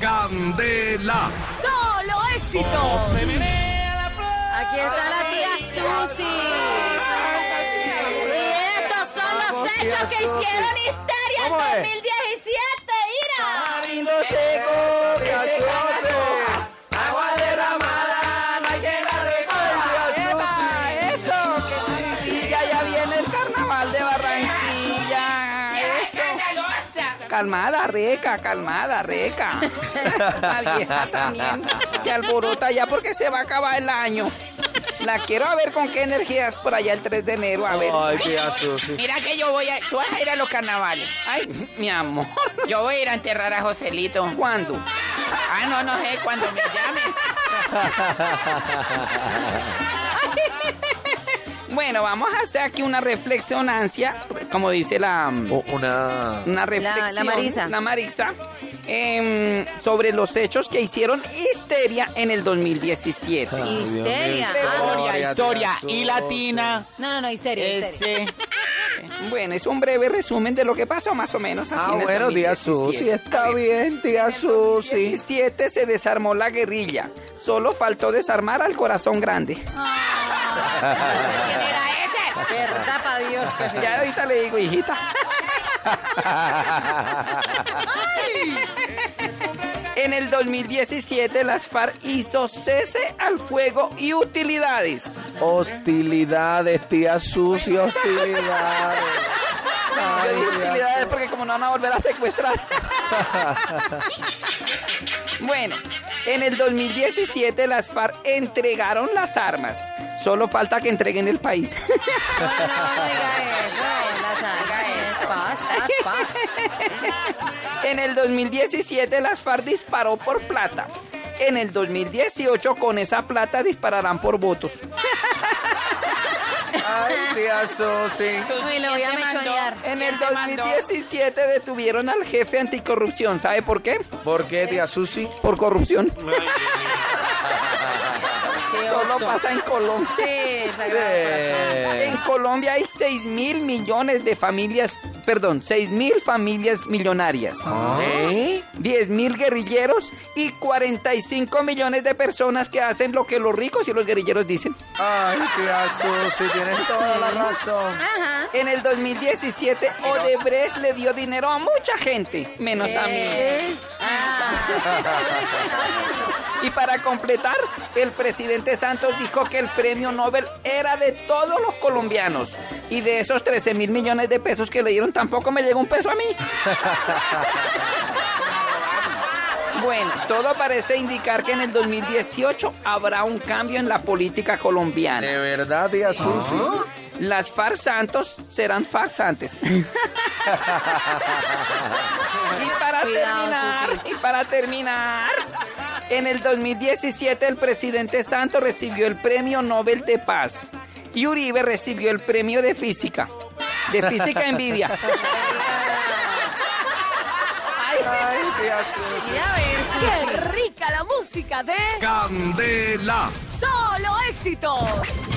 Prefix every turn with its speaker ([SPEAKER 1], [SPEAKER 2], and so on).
[SPEAKER 1] Candela.
[SPEAKER 2] ¡Solo
[SPEAKER 3] Oh,
[SPEAKER 2] éxitos! Aquí está la tía Susi. Y estos son los hechos que hicieron histeria en
[SPEAKER 4] ¿Cómo es?
[SPEAKER 2] 2017. ¡Ira!
[SPEAKER 3] Lindo seco, que se
[SPEAKER 4] Gaseoso.
[SPEAKER 3] agua derramada, no hay quien la recoja. ¡Epa, eso! Y ya, ya viene el carnaval de Barranquilla. Eso. Calmada, reca, calmada, reca. La vieja también se alborota ya porque se va a acabar el año. La quiero a ver con qué energías por allá el 3 de enero, a ver.
[SPEAKER 4] Ay, tía Susi.
[SPEAKER 5] Mira que yo voy a... Tú vas a ir a los carnavales.
[SPEAKER 3] Ay, mi amor.
[SPEAKER 5] Yo voy a ir a enterrar a Joselito.
[SPEAKER 3] ¿Cuándo?
[SPEAKER 5] Ah, no, no sé, cuando me llame.
[SPEAKER 3] Bueno, vamos a hacer aquí una reflexionancia, como dice la,
[SPEAKER 4] O- Una.
[SPEAKER 3] una reflexión,
[SPEAKER 2] la Marisa.
[SPEAKER 3] la Marisa, em, sobre los hechos que hicieron histeria en el 2017.
[SPEAKER 4] Ay, Dios mío,
[SPEAKER 2] Histeria.
[SPEAKER 5] Historia, historia
[SPEAKER 4] tía
[SPEAKER 5] y
[SPEAKER 4] Susi.
[SPEAKER 5] latina.
[SPEAKER 2] No, no, no, histeria, histeria.
[SPEAKER 5] Ese.
[SPEAKER 3] Bueno, es un breve resumen de lo que pasó más o menos así
[SPEAKER 4] Ah,
[SPEAKER 3] en el
[SPEAKER 4] bueno, tía
[SPEAKER 3] 2017.
[SPEAKER 4] Susi. Está bien, tía Susi.
[SPEAKER 3] 2017 se desarmó la guerrilla. Solo faltó desarmar al corazón grande.
[SPEAKER 2] Ah, ¿Quién era ese? Verdad, pa' Dios. que-
[SPEAKER 3] Ya ahorita le digo, hijita. En el 2017 las FARC hizo cese al fuego y utilidades.
[SPEAKER 4] Hostilidades, tía Susi, hostilidades.
[SPEAKER 3] Yo
[SPEAKER 4] Ay,
[SPEAKER 3] digo
[SPEAKER 4] tía
[SPEAKER 3] utilidades porque como no van a volver a secuestrar. bueno, en el 2017 las FARC entregaron las armas. Solo falta que entreguen el país.
[SPEAKER 2] No, no, no diga eso. La saga es paz, paz, paz.
[SPEAKER 3] en el 2017 las FARC disparó por plata. En el 2018 con esa plata dispararán por votos.
[SPEAKER 4] Susi. Ay, tía Susi.
[SPEAKER 2] Uy, lo voy a mechonear.
[SPEAKER 3] En
[SPEAKER 5] ¿Quién
[SPEAKER 3] el
[SPEAKER 5] te mandó?
[SPEAKER 3] 2017 detuvieron al jefe anticorrupción. ¿Sabe por qué?
[SPEAKER 4] ¿Por qué, tía Susi?
[SPEAKER 3] Por corrupción.
[SPEAKER 2] Qué
[SPEAKER 3] Solo
[SPEAKER 2] oso.
[SPEAKER 3] pasa en Colombia.
[SPEAKER 2] Sí, sagrado corazón.
[SPEAKER 3] En Colombia hay 6 mil millones de familias, perdón, 6 mil familias millonarias,
[SPEAKER 4] ¿Eh?
[SPEAKER 3] 10 mil guerrilleros y 45 millones de personas que hacen lo que los ricos y los guerrilleros dicen.
[SPEAKER 4] Ay, tía Susi, tienes toda la razón.
[SPEAKER 5] Ah.
[SPEAKER 3] En el 2017 Odebrecht le dio dinero a mucha gente, menos a mí. Ah. Y para completar, el presidente Santos dijo que el premio Nobel era de todos los colombianos. Y de esos 13 mil millones de pesos que le dieron, tampoco me llegó un peso a mí. Bueno, todo parece indicar que en el 2018 habrá un cambio en la política colombiana.
[SPEAKER 4] De verdad, tía Susi.
[SPEAKER 5] Ah.
[SPEAKER 3] Las farsantos serán farsantes. y, para
[SPEAKER 2] Cuidado,
[SPEAKER 3] terminar, y para terminar, en el 2017 el presidente Santos recibió el premio Nobel de Paz y Uribe recibió el premio de Física. De Física Envidia.
[SPEAKER 4] Ay, tía Susi.
[SPEAKER 2] Ya ves, Susi.
[SPEAKER 6] ¡Qué rica la música de
[SPEAKER 1] Candela.
[SPEAKER 6] Solo Éxitos!